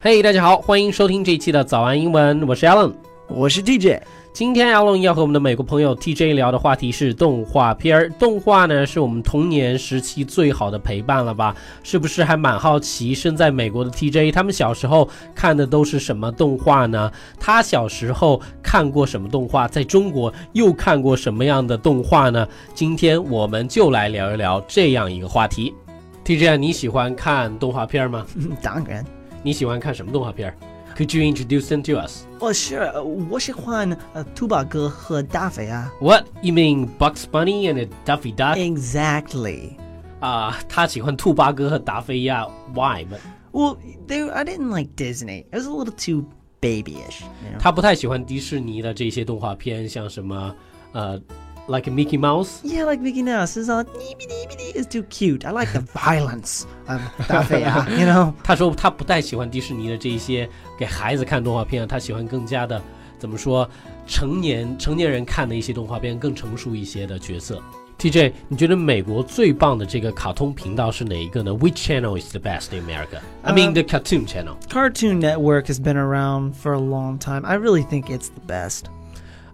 嘿、大家好，欢迎收听这一期的早安英文，我是 Alan。我是 TJ，今天 Alan 要和我们的美国朋友 TJ 聊的话题是动画片儿。动画呢是我们童年时期最好的陪伴了吧？是不是还蛮好奇身在美国的 TJ 他们小时候看的都是什么动画呢？他小时候看过什么动画？在中国又看过什么样的动画呢？今天我们就来聊一聊这样一个话题。TJ，啊你喜欢看动画片儿吗？当然，你喜欢看什么动画片儿？Could you introduce them to us? 我是呃我喜欢呃兔宝哥和大肥啊。 What you mean, Bugs Bunny and Daffy Duck? Exactly. 啊、他喜欢兔八哥和达菲亚。Why? But Well, they I didn't like Disney. It was a little too babyish. You know? 他不太喜欢迪士尼的这些动画片，像什么呃，like Mickey Mouse。 Yeah, like Mickey Mouse is all "Neeby, neeby, nee" is too cute. I like the violence of Dafea, you know. 他说他不太喜欢迪士尼的这一些给孩子看动画片，他喜欢更加的怎么说，成年成年人看的一些动画片，更成熟一些的角色。TJ，你觉得美国最棒的这个卡通频道是哪一个呢？Which channel is the best in America? I mean the cartoon channel. Cartoon Network has been around for a long time. I really think it's the best.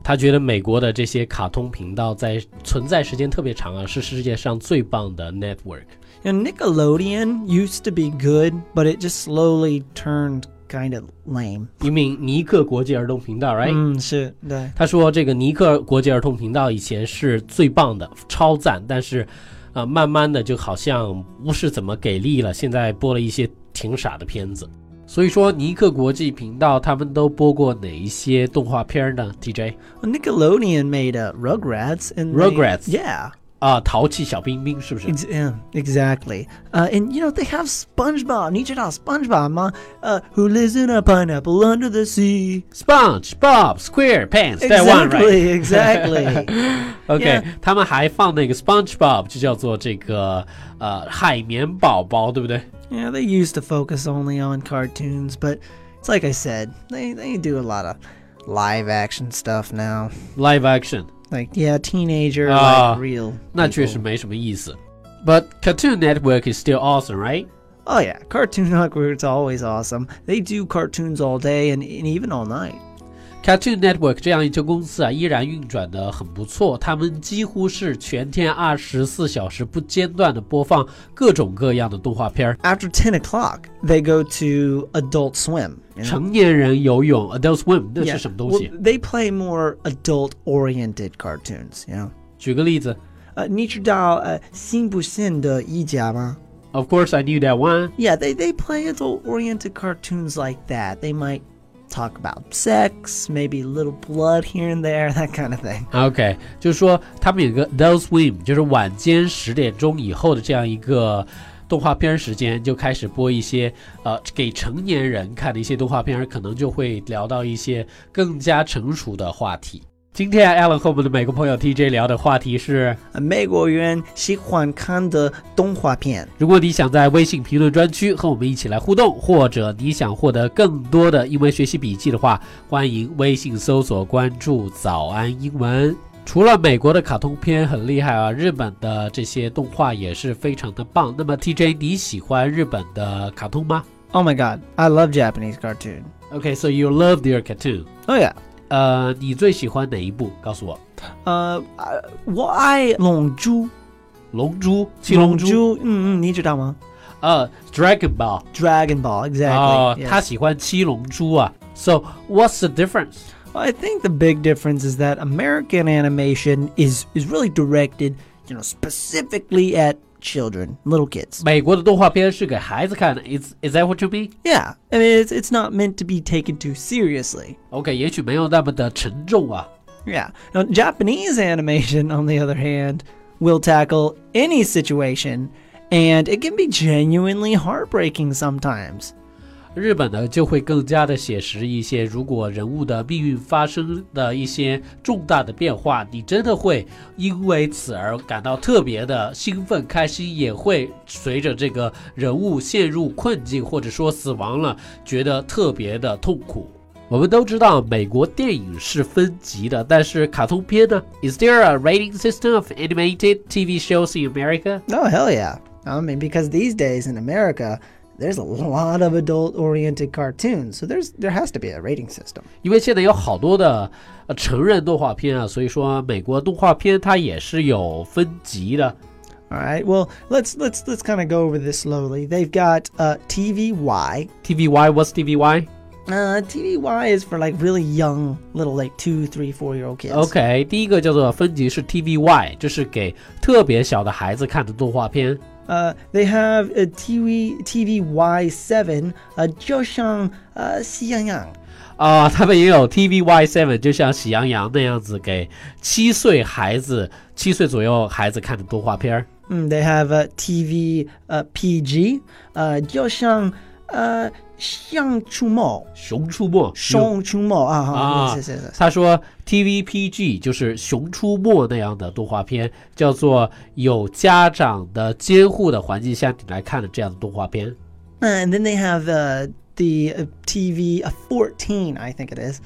他觉得美国的这些卡通频道在存在时间特别长啊，是世界上最棒的 network。 You know, Nickelodeon used to be good, but it just slowly turned kind of lame. 一名尼克国际儿童频道，right？、 Mm, shit, die. 他说这个尼克国际儿童频道以前是最棒的，超赞，但是，啊、慢慢的就好像不是怎么给力了，现在播了一些挺傻的片子。所以说，尼克国际频道他们都播过哪一些动画片儿呢？TJ Well, Nickelodeon made uh, Rugrats and they- Rugrats. yeah, 啊，淘气小兵兵是不是？ ex- yeah, exactly. Uh, and you know they have SpongeBob. You know SpongeBob, ma, uh, who lives in a pineapple under the sea. Sponge Bob SquarePants that one right？Exactly, exactly. OK，、 Yeah 他们还放那个 SpongeBob，就叫做这个呃海绵宝宝，对不对？ yeah, they used to focus only on cartoons, but it's like I said, they they do a lot of live action stuff now. Live action， Like yeah, teenager, Ah, like real. 那确 people. 实没什么意思。But Cartoon Network is still awesome, right? Oh yeah, Cartoon Network's always awesome. They do cartoons all day and, and even all night. Cartoon Network 这样一家公司啊，依然运转的很不错。他们几乎是全天二十四小时不间断的播放各种各样的动画片儿， after 10 o'clock, they go to Adult Swim. you know? 成年人游泳 Adult Swim 那是什么东 Well, 西？ they play more adult oriented cartoons, you know. 举个例子 Uh, 你知道,呃,新不新的一家吗? ，Of course I knew that one. Yeah, they, they play adult oriented cartoons like that. They might talk about sex, maybe a little blood here and there, that kind of thing. OK，就是说他们有一个 d o s Swim，就是晚间十点钟以后的这样一个动画片儿时间，就开始播一些呃给成年人看的一些动画片儿，可能就会聊到一些更加成熟的话题。今天 Alan 和我们的美国朋友 TJ 聊的话题是，Uh, 美国人喜欢看的动画片。如果你想在微信评论专区和我们一起来互动，或者你想获得更多的英文学习笔记的话，欢迎微信搜索关注“早安英文”。除了美国的卡通片很厉害啊，日本的这些动画也是非常的棒。那么 TJ，你喜欢日本的卡通吗 Oh my god, I love Japanese cartoon. ？OK，so、you love their cartoon。 Oh yeah. 呃，你最喜欢哪一部？告诉我，《 Uh, I- 我爱龙珠。龙珠》《七龙珠》龙珠，嗯嗯，你知道吗呃，《Dragon Ball》Mm-hmm, ？Dragon Ball, 哦 exactly. 他喜欢《七龙珠》啊。So what's the difference？ I think the big difference is that American animation is is really directed, you know, specifically at children, little kids. 美国的动画片是给孩子看的，is is that what you mean？OK，、 Yeah, I mean it's it's not meant to be taken too seriously. OK，也许没有那么的沉重啊。 Yeah. Now Japanese animation, on the other hand, will tackle any situation, and it can be genuinely heartbreaking sometimes. 日本呢就会更加的写实一些，如果人物的命运发生的一些重大的变化，你真的会因为此而感到特别的兴奋开心，也会随着这个人物陷入困境或者说死亡了，觉得特别的痛苦。我们都知道美国电影是分级的，但是卡通片呢？Is there a rating system of animated TV shows in America？ Oh hell yeah! I mean, because these days in America, there's a lot of adult-oriented cartoons, so there's there has to be a rating system. 因为现在有好多的呃成人动画片啊，所以说美国动画片它也是有分级的。 All right. Well, let's let's let's kind of go over this slowly. They've got uh, TVY. TVY，what's TVY？ Uh, TVY is for like really young, little like two, three, four year old kids. OK，第一个叫做分级是 TVY，这是给特别小的孩子看的动画片。 Uh, they have a TV TVY seven, a Joshang uh, Xiangyang. 啊、他们也有 TVY Seven，就像喜羊羊那样子给七岁孩子、七岁左右孩子看的动画片儿。 Mm, they have a TV uh, PG, uh, Joshang uh, Xiang Chumo, 熊出没， Shong Chumo. Ah, ah, 啊 yes, yes, yes.，他说 TVPG 就是《熊出没》那样的动画片，叫做有家长的监护的环境下你来看的这样的动画片。 Uh, and then they have uh, the uh, TV uh, 14, I think it is.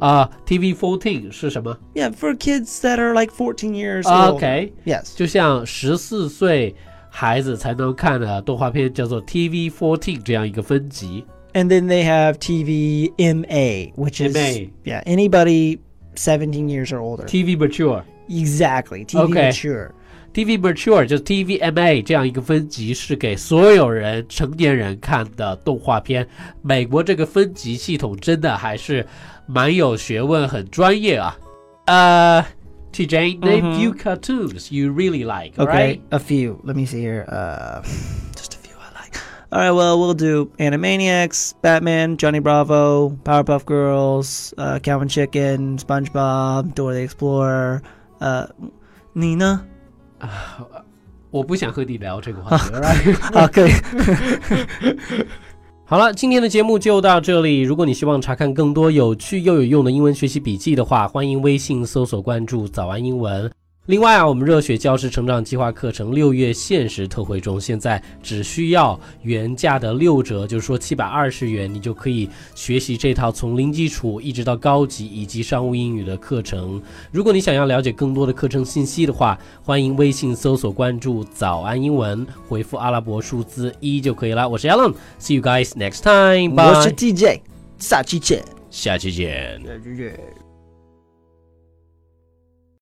啊、t v fourteen 是什么 Yeah, for kids that are like 14 years 啊 old. ？OK， Yes. 就像十四岁孩子才能看的动画片叫做 TV fourteen 这样一个分级。 And then they have TV MA, which is MA. yeah, anybody 17 years or older. TV mature。 exactly. TV Okay. mature. TV Mature 就是 TVMA 这样一个分级是给所有人成年人看的动画片。美国这个分级系统真的还是蛮有学问，很专业啊。呃、t j name few cartoons you really like, right? A few. Let me see here. Uh, just a few I like. All right, well, we'll do Animaniacs, Batman, Johnny Bravo, Powerpuff Girls, uh, Calvin Chicken, SpongeBob, Dora the Explorer, uh, Nina. 啊我不想和你聊这个话题。right? Okay. 好了，今天的节目就到这里。如果你希望查看更多有趣又有用的英文学习笔记的话，欢迎微信搜索关注“早安英文”。另外啊，我们热血教师成长计划课程六月限时特惠中，现在只需要原价的六折，就是说七百二十元，你就可以学习这套从零基础一直到高级以及商务英语的课程。如果你想要了解更多的课程信息的话，欢迎微信搜索关注“早安英文”，回复阿拉伯数字一就可以了。我是 Alan。See you guys next time. What's Bye. your TJ? Sachi Chin. 下期见。 Yeah, yeah.